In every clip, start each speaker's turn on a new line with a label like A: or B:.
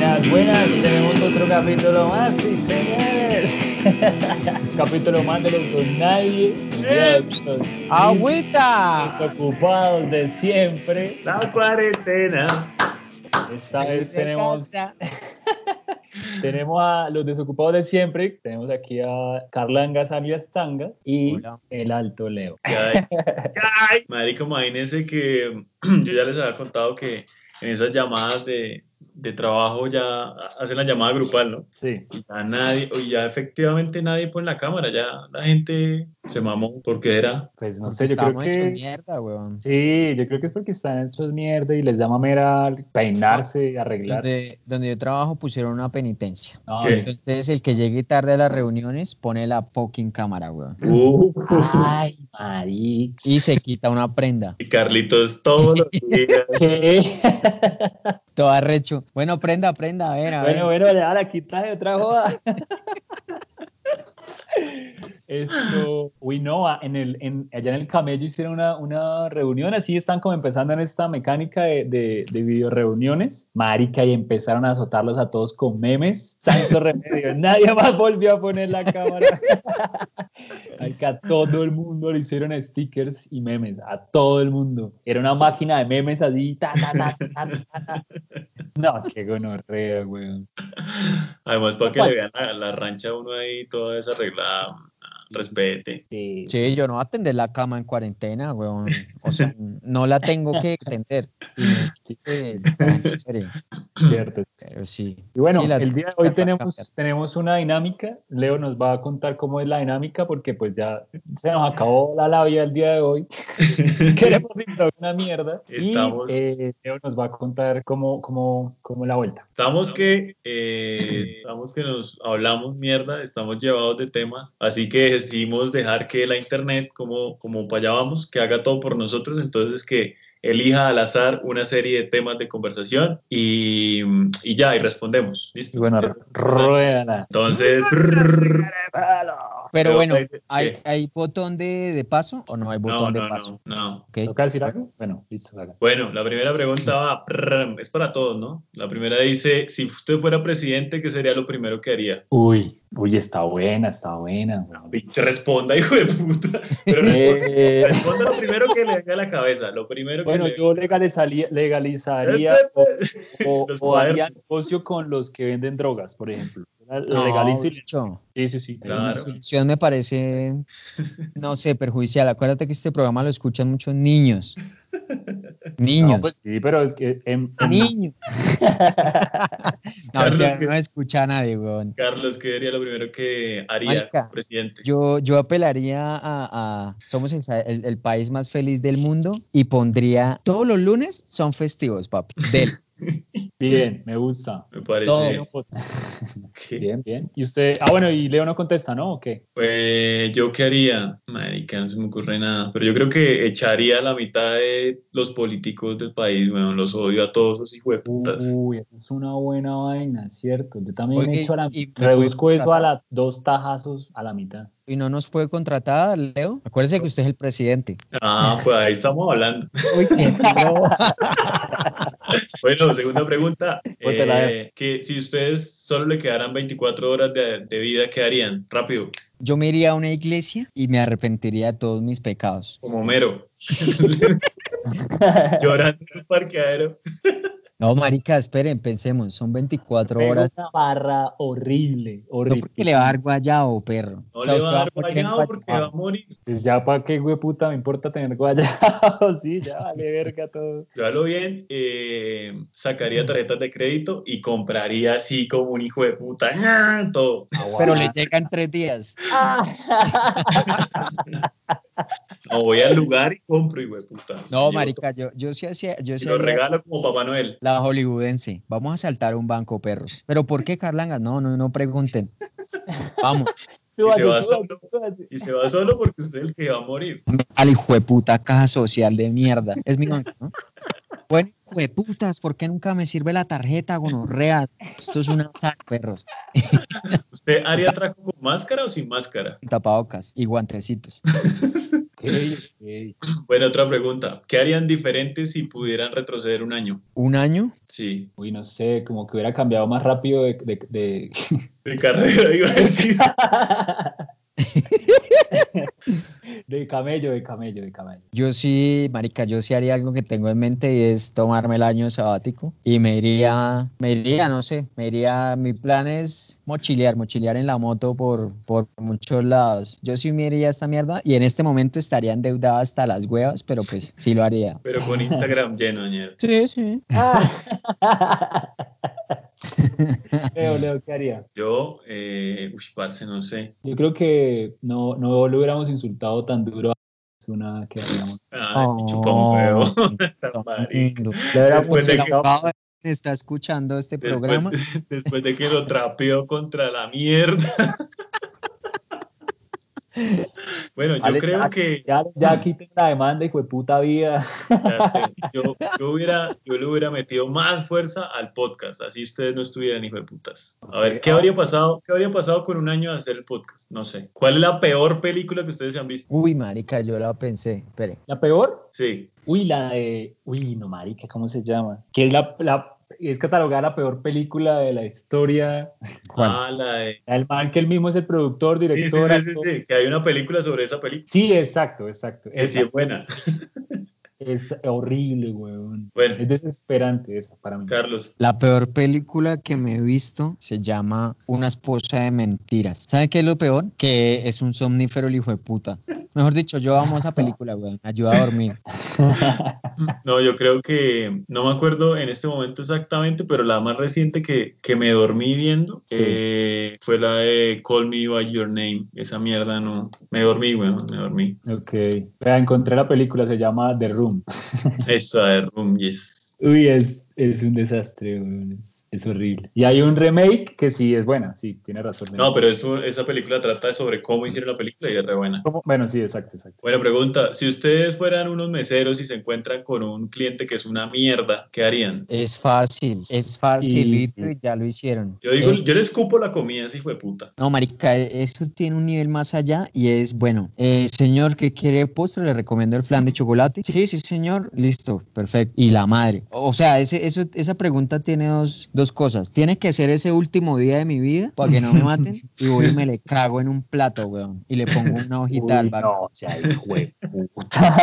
A: más, tenemos otro capítulo más, sí señores. capítulo más de lo que nadie.
B: ¡Agüita!
A: Ocupados de siempre.
C: La cuarentena.
A: Esta vez tenemos. tenemos a los desocupados de siempre. Tenemos aquí a Carlangas alias Tangas y
B: Hola.
A: el Alto Leo.
C: Ay, ay. Marico, imagínense que yo ya les había contado que en esas llamadas de, de trabajo ya hacen la llamada grupal, ¿no?
A: Sí.
C: Y ya nadie, o ya efectivamente nadie pone la cámara, ya la gente se mamó porque era.
A: Pues no
B: Porque
A: sé, yo creo
B: estamos hechos
A: que.
B: mierda, weón.
A: Sí, yo creo que es porque están hechos mierda y les da mamera peinarse, arreglarse.
B: Donde, donde yo trabajo pusieron una penitencia.
A: No,
C: ¿Qué?
B: Entonces el que llegue tarde a las reuniones pone la fucking cámara, weón.
C: Uh,
A: Ay, marica.
B: Y se quita una prenda.
C: y Carlitos todos los días.
B: Todo arrecho. Bueno, prenda, prenda, a ver, a
A: Bueno,
B: ver.
A: bueno, le da la quita de otra joda. Esto, uy, no, ah, en el, en, allá en el camello hicieron una, una reunión, así están como empezando en esta mecánica de, de, de video reuniones. Marica, y empezaron a azotarlos a todos con memes. Santo remedio, nadie más volvió a poner la cámara. Marica, a todo el mundo le hicieron stickers y memes, a todo el mundo. Era una máquina de memes así, ta, ta, ta, ta, ta, ta. No, qué gonorrea, weón.
C: Además, para que le vean la, la rancha a uno ahí toda desarreglada, respete.
A: Sí.
B: Sí, yo no voy a atender la cama en cuarentena, weón. O sea, no la tengo que atender. Y me quité el plan, en serio.
A: Cierto.
B: Pero sí.
A: Y bueno,
B: Sí, la-
A: el día de hoy
B: la-
A: tenemos, tenemos una dinámica. Leo nos va a contar cómo es la dinámica porque pues ya se nos acabó la labia el día de hoy. Queremos inventar una mierda.
C: Estamos-
A: Y eh, Leo nos va a contar cómo, cómo, cómo la vuelta.
C: Estamos que, eh, estamos que nos hablamos mierda, estamos llevados de temas, así que decidimos dejar que la internet, como, como para allá vamos, que haga todo por nosotros, entonces que elija al azar una serie de temas de conversación y, y ya, y respondemos,
A: Y
C: ¿listo?
A: bueno, Pues, rueda.
C: Entonces,
B: Pero bueno, ¿hay,
C: ¿qué?
B: ¿hay botón de, de paso o no hay
C: no,
B: botón
C: no,
B: de paso?
C: no, no.
B: Ok.
A: ¿Toca decir algo? Bueno, listo. haga.
C: Bueno, la primera pregunta va, prrrm, es para todos, ¿no? La primera dice, si usted fuera presidente, ¿qué sería lo primero que haría?
A: Uy, uy, está buena, está buena. weón.
C: Y responda, hijo de puta. Pero
A: Eh,
C: Responda lo primero que le venga a la cabeza. Lo primero
A: bueno,
C: que le...
A: yo legalizaría, legalizaría o- o,
C: Los
A: o haría
C: cuadernos.
A: negocio con los que venden drogas, por ejemplo. La, la
B: No,
A: legalizo y-
B: bicho,
A: Sí, sí, sí.
C: Claro.
B: La institución me parece, no sé, perjudicial. Acuérdate que este programa lo escuchan muchos niños. Niños.
A: No, pues sí, pero es que en, en-
B: niños. no,
C: Carlos,
B: mentira,
C: que-
B: no me escucha a nadie, weón.
C: Carlos, ¿qué sería lo primero que haría
B: Marica.
C: como presidente?
B: Yo, yo apelaría a, a- somos el, sa- el- el país más feliz del mundo y pondría todos los lunes son festivos, papi. Del,
A: bien, me gusta. pues,
C: Me parece
B: Todo.
C: que...
A: Bien, bien. Y usted, ah, bueno, y Leo no contesta, ¿no? ¿O qué?
C: Pues, ¿yo qué haría? Marica, no se me ocurre nada. Pero yo creo que echaría a la mitad de los políticos del país. Bueno, los odio a todos esos hijos de putas.
A: Uy, eso es una buena vaina, cierto. Yo también
B: Oye,
A: he hecho a la
B: y- y-
A: reduzco eso a las dos tajazos a la mitad.
B: y no nos puede contratar, Leo. Acuérdese que usted es el presidente.
C: Ah, pues ahí estamos hablando. Bueno, segunda pregunta.
A: Póntela, a ver.
C: Eh, que si ustedes solo le quedaran 24 horas de, de vida, ¿qué harían? Rápido,
B: Yo me iría a una iglesia y me arrepentiría de todos mis pecados.
C: como Homero. Llorando en el parqueadero.
B: No, marica, esperen, pensemos, son 24
A: Pego
B: horas.
A: una barra horrible,
B: No
A: horrible.
B: porque le va a dar guayao, perro.
C: No
B: O sea,
C: le
B: usted
C: va a dar
B: morir en
C: guayabo porque va a
B: guayao.
C: morir.
A: Pues ya para qué, güey, puta, me importa tener guayado. sí, ya vale verga todo.
C: Yo a lo bien, eh, sacaría tarjetas de crédito y compraría así como un hijo de puta. ¡ah! Todo.
B: Pero le llegan tres días.
C: No voy al lugar y compro, hijo de puta.
B: No,
C: Y
B: marica, yo, yo sí hacía, yo
C: Yo,
B: sí
C: y lo
B: haría
C: regalo como Papá Noel.
B: la hollywoodense. Vamos a saltar un banco, perro. Pero ¿por qué, Carlangas? No, no, no pregunten. Vamos,
A: Tú
C: Y se va
A: haces, tú
C: solo.
A: haces, tú haces.
C: Y se va solo porque usted es el que va a morir.
B: al hijo de puta caja social de mierda. Es mi banco, ¿no? Bueno, Jueputas, ¿por qué nunca me sirve la tarjeta, gonorrea? Esto es una sal, perros.
C: ¿Usted haría trago con máscara o sin máscara?
B: Tapabocas y guantecitos.
A: Okay, okay.
C: Bueno, otra pregunta. ¿Qué harían diferente si pudieran retroceder un año?
B: ¿Un año?
C: Sí.
A: Uy, no sé, como que hubiera cambiado más rápido de, de, de...
C: De carrera, iba a decir.
A: de camello, de camello, de camello.
B: Yo sí, marica, yo sí haría algo que tengo en mente y es tomarme el año sabático y me iría, me iría, no sé, me iría, mi plan es mochilear, mochilear en la moto por, por muchos lados. Yo sí me iría a esta mierda y en este momento estaría endeudado hasta las huevas, pero pues sí lo haría.
C: Pero con Instagram lleno, ñero.
B: Sí, sí.
A: Ah. Leo, Leo, ¿qué haría?
C: Yo, eh, uy, parce, no sé.
A: Yo creo que no, no lo hubiéramos insultado tan duro a una que habíamos.
C: Ay, oh, chupa un huevo. Tan marica.
B: pues,
C: Después de que-
B: Está escuchando este programa.
C: Después, después de que lo trapeó contra la mierda. Bueno, yo
A: Alex,
C: creo
A: ya-
C: que
A: Ya, ya quiten la demanda, hijo de puta vida.
C: ya sé, yo, yo hubiera, yo le hubiera metido más fuerza al podcast, así ustedes no estuvieran hijo de putas. A ver, ¿qué habría pasado? ¿Qué habría pasado con un año de hacer el podcast? No sé. ¿Cuál es la peor película que ustedes se han visto?
B: Uy, marica, yo la pensé. Espere.
A: ¿La peor?
C: Sí.
A: Uy, la de. Uy, no, marica, ¿cómo se llama? Que es la. la- es catalogada la peor película de la historia.
B: ¿Cuál?
C: Ah, la de-
A: El man que él mismo es el productor,
C: Sí, sí,
A: director.
C: sí, sí,
A: actor.
C: sí, que hay una película sobre esa película.
A: Sí, exacto, exacto.
C: Que sí
A: esa.
C: es buena.
A: Es horrible, weón.
C: Bueno.
A: Es desesperante eso para mí.
C: Carlos,
B: La peor película que me he visto se llama Una esposa de mentiras. ¿Saben qué es lo peor? Que es un somnífero el hijo de puta. Mejor dicho, yo amo esa película, weón. Me Ayuda a dormir.
C: no, yo creo que no me acuerdo en este momento exactamente, pero la más reciente que, que me dormí viendo
A: Sí.
C: eh, fue la de Call Me By Your Name. Esa mierda no. Me dormí, weón, me dormí.
A: Ok. Vea, encontré la película, se llama The Room.
C: Esa de Room, yes.
A: Uy, es, es un desastre, weón. Es, es horrible. Y hay un remake que sí es buena, sí, tiene razón.
C: No, pero eso, esa película trata sobre cómo hicieron la película y es re buena.
A: ¿Cómo? Bueno, sí, exacto, exacto.
C: Buena pregunta. Si ustedes fueran unos meseros y se encuentran con un cliente que es una mierda, ¿qué harían?
B: Es fácil, es facilito y ya lo hicieron.
C: Yo digo,
B: Es-
C: yo les cupo la comida, ese hijo de puta.
B: No, marica, e-, eso tiene un nivel más allá y es, bueno, eh, señor que quiere postre, le recomiendo el flan de chocolate. Sí, sí, señor, listo, perfecto. Y la madre. O sea, ese, eso, esa pregunta tiene dos, dos cosas. Tiene que ser ese último día de mi vida para que no me maten y voy y me le cago en un plato, weón. Y le pongo una hojita al
A: Uy,
B: albahaca.
A: no, o sea, hijo de puta.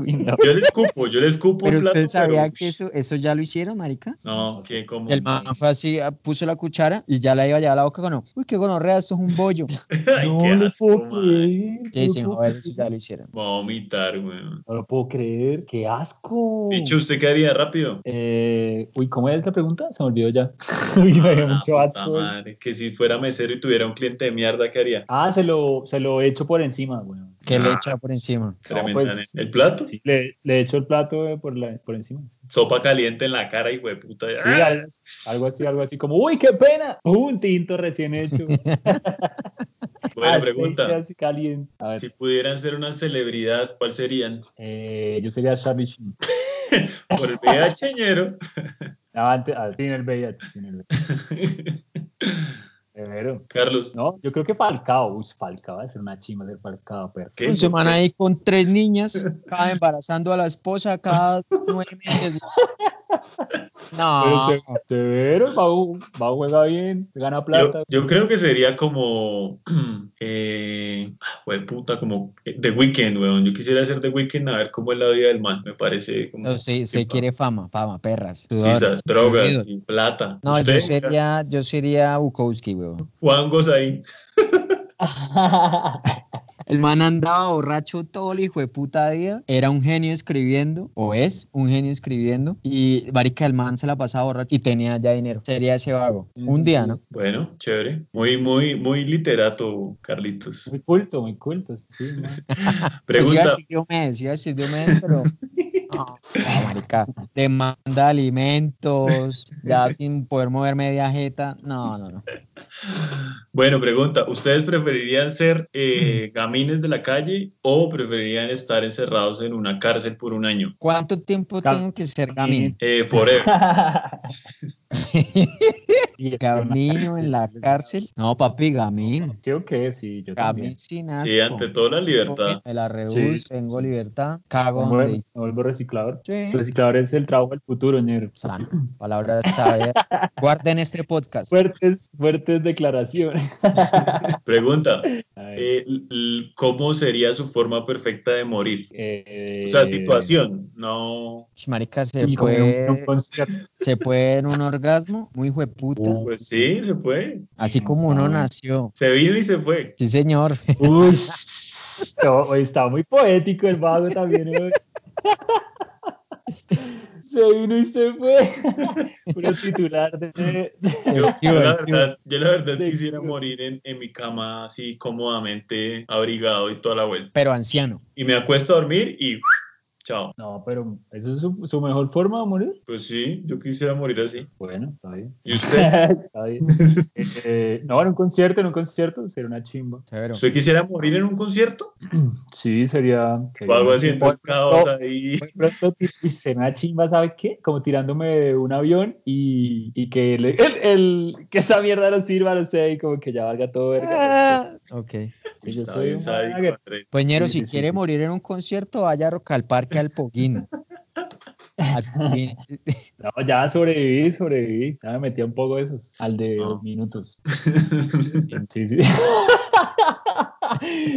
A: Uy, no.
C: Yo les cupo, yo les cupo
B: Pero
C: un plato.
B: usted sabía
C: pero-
B: que eso, eso ya lo hicieron, marica.
C: No, que como.
B: El man fue así, ah, puso la cuchara y ya la iba a llevar a la boca con, uy, qué gonorrea, esto es un bollo.
C: Ay, qué
A: No lo
C: asco,
A: puedo
C: man.
A: creer.
B: Sí,
A: no
B: sí,
A: puedo
B: joder, eso
A: creer.
B: ya lo hicieron.
C: Vomitar, weón.
A: No lo puedo creer. ¡Qué asco!
C: Dicho, ¿usted qué haría rápido?
A: Eh, uy, ¿cómo era la pregunta? Se me olvidó ya. uy, me dio
C: Ah,
A: mucho
C: puta
A: asco. eso.
C: madre, Que si fuera mesero y tuviera un cliente de mierda, ¿qué haría?
A: Ah, se lo, se lo echo por encima, güey.
B: Que le
C: Ah.
B: echa por encima.
C: Tremenda,
A: pues-
C: ¿El plato?
A: Sí, le, le echo el plato eh, por, la, por encima. sí.
C: Sopa caliente en la cara, hijo de puta.
A: Sí,
C: Ah,
A: algo, algo así, algo así como, uy, qué pena. Un tinto recién hecho.
C: buena
A: Aceite
C: pregunta.
A: así caliente. A ver,
C: Si pudieran ser una celebridad, ¿cuál serían?
A: eh, yo sería Charlie Sheen.
C: Por el VIH, ñero.
A: No, antes, ah, sin el VIH, sin el VIH. Severo.
C: Carlos.
A: No, yo creo que Falcao. Uy, Falcao, va a ser una chima ser Falcao, pero.
C: ¿qué?
B: Un semana ahí con tres niñas, cada embarazando a la esposa cada nueve meses.
A: Pero
C: Ah.
B: No,
A: se- severo, Bau, Bau juega bien, gana plata.
C: Yo, yo creo que sería como. Eh, jue puta, como eh, The Weeknd, weón. Yo quisiera hacer The Weeknd a ver cómo es la vida del man. Me parece como.
B: no sí, se
C: Sí, pa.
B: quiere fama, fama, perras. sudor,
C: Sisas, drogas
B: ruido.
C: y plata.
B: No, yo
C: Usted,
B: sería, yo sería Bukowski, weón.
C: Juan Gosaín.
B: El man andaba borracho todo el hijo de puta día. Era un genio escribiendo, o es un genio escribiendo. Y Barica el man se la pasaba borracho y tenía ya dinero. Sería ese vago. Un día, ¿no?
C: Bueno, chévere. Muy, muy, muy literato, Carlitos.
A: muy culto, muy culto, sí. ¿no?
B: Pues iba a
C: Pregunta,
B: decir Diomedes, iba a decir Diomedes, pero Ah, marica, demanda alimentos, ya sin poder mover media jeta. No, no, no.
C: Bueno, pregunta, ¿ustedes preferirían ser eh, gamines de la calle o preferirían estar encerrados en una cárcel por un año?
B: ¿Cuánto tiempo
A: Cam-
B: tengo que ser gamín?
C: Eh, forever.
A: Y es
B: ¿Gamino
A: una
B: en la cárcel? No, papi, gamín.
A: Creo que sí, yo también.
B: Gamín sin
C: Sí,
B: asco.
C: ante todo la libertad.
B: Me la rehuso,
A: Sí. Pues-
B: tengo libertad, cago
A: Me vuelvo-
B: donde...
A: me vuelvo reciclador.
B: Sí.
A: Reciclador es el trabajo del futuro, ñero.
B: San, palabra saber. Guarden este podcast.
A: Fuertes, fuertes declaraciones.
C: Pregunta,
A: Ay,
C: eh, l- l- ¿cómo sería su forma perfecta de morir?
A: eh,
C: O sea, situación, no...
B: Ch, Marica, se
A: y como en un
B: puede,
A: concierto.
B: se puede en un orgasmo muy hueputa.
A: Uh,
C: Pues sí, se puede.
B: Así
A: no
B: como uno
A: sabe.
B: nació.
C: Se vino y se fue.
B: Sí, señor.
A: Uy, no, oye, está muy poético el vago también. ¿eh? Se vino y se fue. Puro titular de.
C: Yo, yo la
B: sí.
C: verdad, yo la verdad
A: Sí,
C: quisiera
A: sí.
C: morir en, en mi cama así cómodamente abrigado y toda la vuelta.
B: Pero anciano.
C: Y me acuesto a dormir y chao.
A: No, pero ¿eso es su, su mejor forma de morir?
C: Pues sí, yo quisiera morir así.
A: Bueno, está bien.
C: ¿Y usted?
A: Está bien. Eh, no, en un concierto, en un concierto, sería una chimba.
B: Severo.
C: ¿Usted quisiera morir en un concierto?
A: Sí, sería.
C: O
A: sería
C: algo
A: una
C: así,
A: chimba.
C: entonces caos ahí.
A: Muy pronto, y sería una chimba, ¿sabes qué? Como tirándome de un avión y, y que, el, el, el- que esa mierda no sirva, no sé, y como que ya valga todo verga.
B: Ok.
A: Sí, yo
C: Está
A: soy
C: bien
A: un
C: sádico,
A: vago.
C: Andrés.
B: Poñero,
A: Sí,
B: si
A: sí, sí,
B: quiere
A: sí.
B: morir en un concierto, vaya a Rock al Parque al Poguino. Al Poguino.
A: No, ya sobreviví, sobreviví. Ya me metí un poco de esos. Al de
C: No.
A: dos minutos. Sí, sí.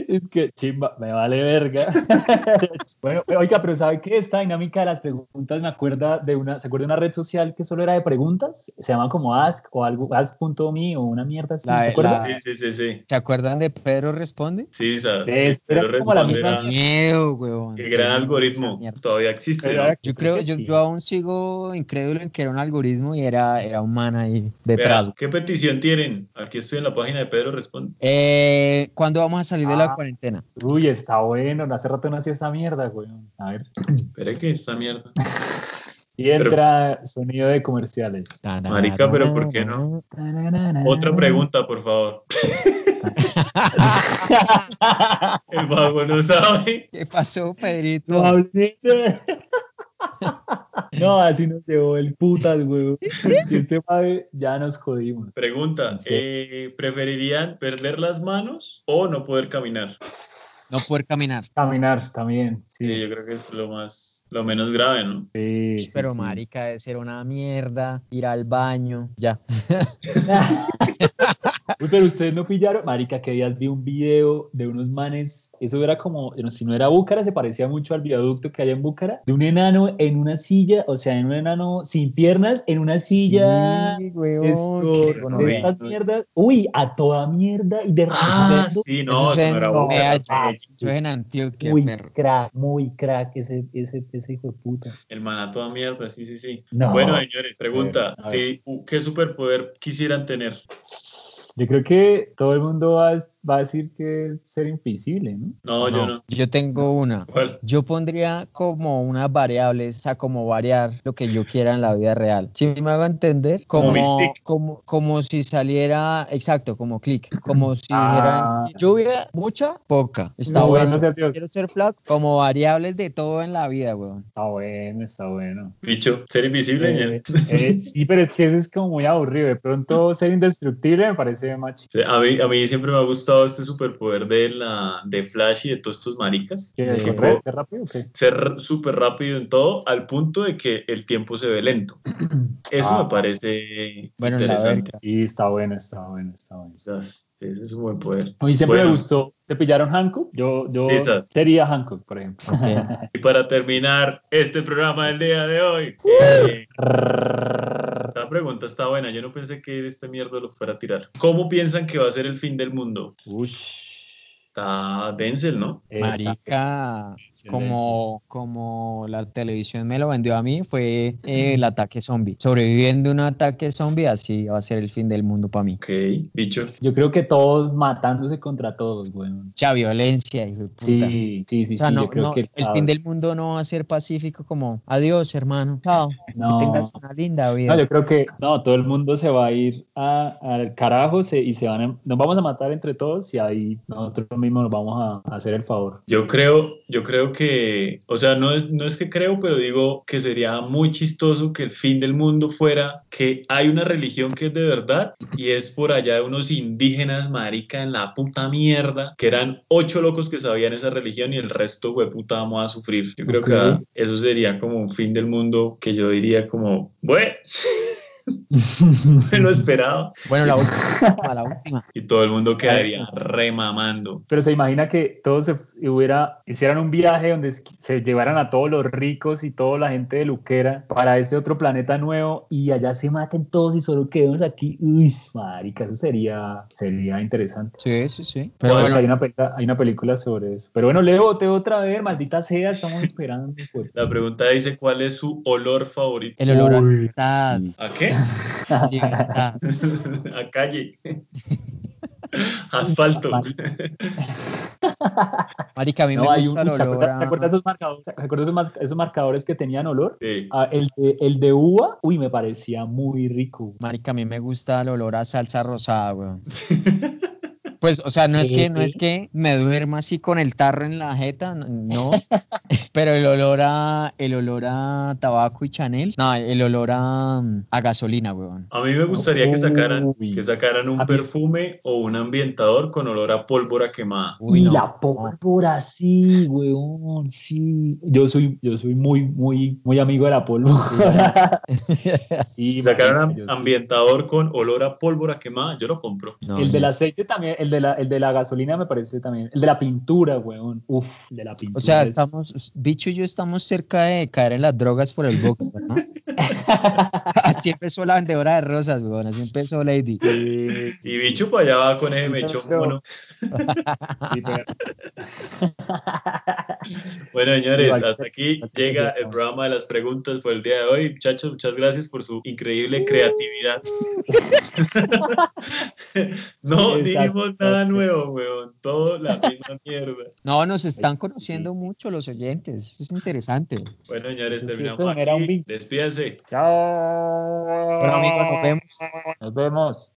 A: es que chimba, me vale verga. bueno, eh, oiga, pero ¿sabe qué? Esta dinámica de las preguntas me acuerda de una, ¿se acuerda de una red social que solo era de preguntas? Se llama como Ask o algo, Ask.me o una mierda así,
B: La-
A: ¿se acuerda?
B: la-
C: Sí, sí, sí, sí.
B: ¿Se acuerdan de Pedro Responde?
C: Sí, esa-
A: De eso,
C: pero
A: era como la
C: responde
A: misma-
C: a-
B: Miedo, huevón.
C: Qué gran
B: Esa
C: algoritmo.
B: mierda.
C: Todavía existe,
A: Pero
C: ¿no?
A: era-
B: Yo creo,
A: que
B: yo,
A: sí.
B: yo aún sigo incrédulo en que era un algoritmo y era, era un man ahí detrás.
C: Vea, ¿Qué petición tienen? Aquí estoy en la página de Pedro Responde.
B: Eh, ¿Cuándo vamos a salir de la
A: Ah.
B: cuarentena?
A: Uy, está bueno, no hace rato no hacía esa mierda, güey. A ver.
C: Espera que esta mierda.
A: Y entra sonido de comerciales.
C: Marica, pero ¿por qué no?
A: Ah.
C: Otra pregunta, por favor. El vago no sabe.
B: ¿Qué pasó, Pedrito?
A: No, hablé. No, así nos llevó el putas, güey. Si este madre, ya nos jodimos.
C: Pregunta,
A: Sí.
C: eh, ¿preferirían perder las manos o no poder caminar?
B: No poder caminar.
A: Caminar también,
C: Sí,
A: sí.
C: yo creo que es lo más, lo menos grave, ¿no?
A: sí, sí,
B: pero
A: sí.
B: marica, debe ser una mierda, ir al baño, ya.
A: Uy, pero ustedes no pillaron, marica, que días vi un video de unos manes, eso era como, si no era Búcara, se parecía mucho al viaducto que hay en Búcara, de un enano en una silla, o sea, en un enano sin piernas, en una silla...
B: Sí, weón,
A: Esto,
B: qué
C: no,
A: de
B: gonorrea.
C: esta-
A: estas mierdas, uy, a toda mierda y de
C: Ah,
A: repente-
C: sí,
B: eso
C: no,
B: es
C: eso
B: en
C: no era eh,
A: Medellín.
C: bueno.
A: Ah,
B: Yo en Antioquia,
A: muy
B: perro.
A: crack, muy crack ese, ese, ese hijo de puta.
C: El maná toda mierda, sí, sí, sí.
A: No.
C: Bueno, señores,
A: A
C: pregunta,
A: ver, a
C: sí, ¿qué superpoder quisieran tener?
A: Yo creo que todo el mundo va, a- va a decir que ser invisible, ¿no?
C: No, yo
B: No,
C: no.
B: yo tengo una.
C: ¿Cuál?
B: Yo pondría como unas variables, o sea, como variar lo que yo quiera en la vida real. Si me hago entender,
C: Como
B: como,
C: Mystic.
B: como, como si saliera, exacto, como click, como si
A: Ah.
B: hubiera lluvia, mucha, poca. Está
A: No,
B: bueno.
A: no sea tío.
B: Quiero ser flaco, como variables de todo en la vida, weón.
A: Está bueno, está bueno.
C: Bicho, ser invisible. ñero.
A: Eh, eh, sí, pero es que eso es como muy aburrido. De pronto ser indestructible me parece macho.
C: Sí, A mí, a mí siempre me ha gustado este superpoder de, la, de Flash y de todos estos maricas.
A: ¿Qué,
B: Eh,
A: qué
C: co-
A: qué rápido? o qué?
C: Ser súper rápido en todo, al punto de que el tiempo se ve lento. Eso
A: Ah.
C: me parece
B: Bueno, en la
C: interesante.
B: verga.
A: Sí, está bueno, está bueno, está bueno.
C: Quizás, Ese es un buen poder.
A: A mí siempre me
C: Bueno.
A: gustó. ¿Te pillaron Hancock? Yo, yo
C: Esas.
A: sería Hancock, por ejemplo.
B: Ok.
C: Y para terminar este programa del día de hoy,
B: Uh.
C: eh, la pregunta está buena. Yo no pensé que esta mierda lo fuera a tirar. ¿Cómo piensan que va a ser el fin del mundo?
A: Uy,
C: Está Denzel, ¿no?
A: esa-
B: Marica, como, como la televisión me lo vendió a mí, fue eh, el ataque zombie. Sobreviviendo a un ataque zombie, así va a ser el fin del mundo para mí.
C: Ok, dicho.
A: Yo creo que todos matándose contra todos, güey.
B: Ya, violencia, hijo de puta.
A: Sí, sí, sí,
B: O sea,
A: sí,
B: no-
A: yo creo
B: no,
A: que
B: el fin del mundo no va a ser pacífico como adiós, hermano. Chao.
A: No.
B: Que tengas una linda vida.
A: No, yo creo que no, todo el mundo se va a ir a- al carajo se- y se van a- nos vamos a matar entre todos y ahí nosotros mismos nos vamos a, a hacer el favor.
C: Yo creo, yo creo que, o sea, no es, no es que creo, pero digo que sería muy chistoso que el fin del mundo fuera que hay una religión que es de verdad y es por allá de unos indígenas, marica, en la puta mierda, que eran ocho locos que sabían esa religión y el resto, güey, puta, vamos a sufrir. Yo creo
A: Ok.
C: que eso sería como un fin del mundo que yo diría como, bueno, me lo esperaba.
B: Bueno, la última, la última.
C: Y todo el mundo quedaría remamando.
A: Pero se imagina que todos se f- hubiera, hicieran un viaje donde es- se llevaran a todos los ricos y toda la gente de Luquera para ese otro planeta nuevo y allá se maten todos y solo quedemos aquí. Uy, marica, eso sería, sería interesante.
B: Sí, sí, sí.
A: Pero
B: Pero
A: bueno,
B: bueno,
A: hay, una, película- hay una película sobre eso. Pero bueno, Leo, voté otra vez, maldita sea, estamos esperando. pues.
C: La pregunta dice, ¿cuál es su olor favorito?
B: el olor a
A: Uy.
B: libertad,
C: ¿A qué?
B: libertad.
C: a calle. Asfalto.
B: Marica, a mí
A: No,
B: me
A: hay
B: gusta
A: un-
B: el
A: ¿se
B: olor
A: acuerda-
B: a-
A: se acuerda esos marcadores- se acuerda esos mar- esos marcadores que tenían olor?
C: Sí.
A: Ah, el, de, el de uva, uy, me parecía muy rico.
B: Marica, a mí me gusta el olor a salsa rosada, weón. Pues, o sea, no es que, no es que me duerma así con el tarro en la jeta, no. Pero el olor a, el olor a tabaco y Chanel, no, el olor a, a gasolina, weón.
C: A mí me gustaría que sacaran,
A: Uy.
C: que sacaran
A: A
C: un
A: mí-
C: perfume o un ambientador con olor a pólvora quemada.
B: Uy,
A: y
B: no,
A: la pólvora, sí, weón, sí. Yo soy, yo soy muy, muy, muy amigo de la pólvora. sí,
C: Si sacaran
A: marica, yo soy-
C: ambientador con olor a pólvora quemada, yo lo compro.
B: no,
A: el del
B: no.
A: aceite también, el de, la, el de la gasolina me parece también. El de la pintura, weón. Uf, el de la pintura.
B: O sea,
A: es-
B: estamos, bicho y yo estamos cerca de caer en las drogas por el box, ¿verdad? así empezó la vendedora de rosas, weón, así empezó Lady.
A: Sí,
C: Y bicho para allá va con ese mechón
A: Pero-
C: mono.
A: sí, pero-
C: Bueno, señores,
A: Igual que-
C: hasta aquí
A: igual que
C: llega
A: yo.
C: el programa de las preguntas por el día de hoy. Muchachos, muchas gracias por su increíble creatividad. no
A: Exacto.
C: dijimos nada nuevo, weón. Todo la misma mierda.
B: No, nos están conociendo mucho los oyentes, eso es interesante.
C: Bueno, señores,
A: Eso sí,
C: terminamos
A: esto genera un
C: aquí.
A: vínculo.
C: Despídense.
A: Chao.
B: Bueno, amigos, nos vemos.
A: Nos vemos.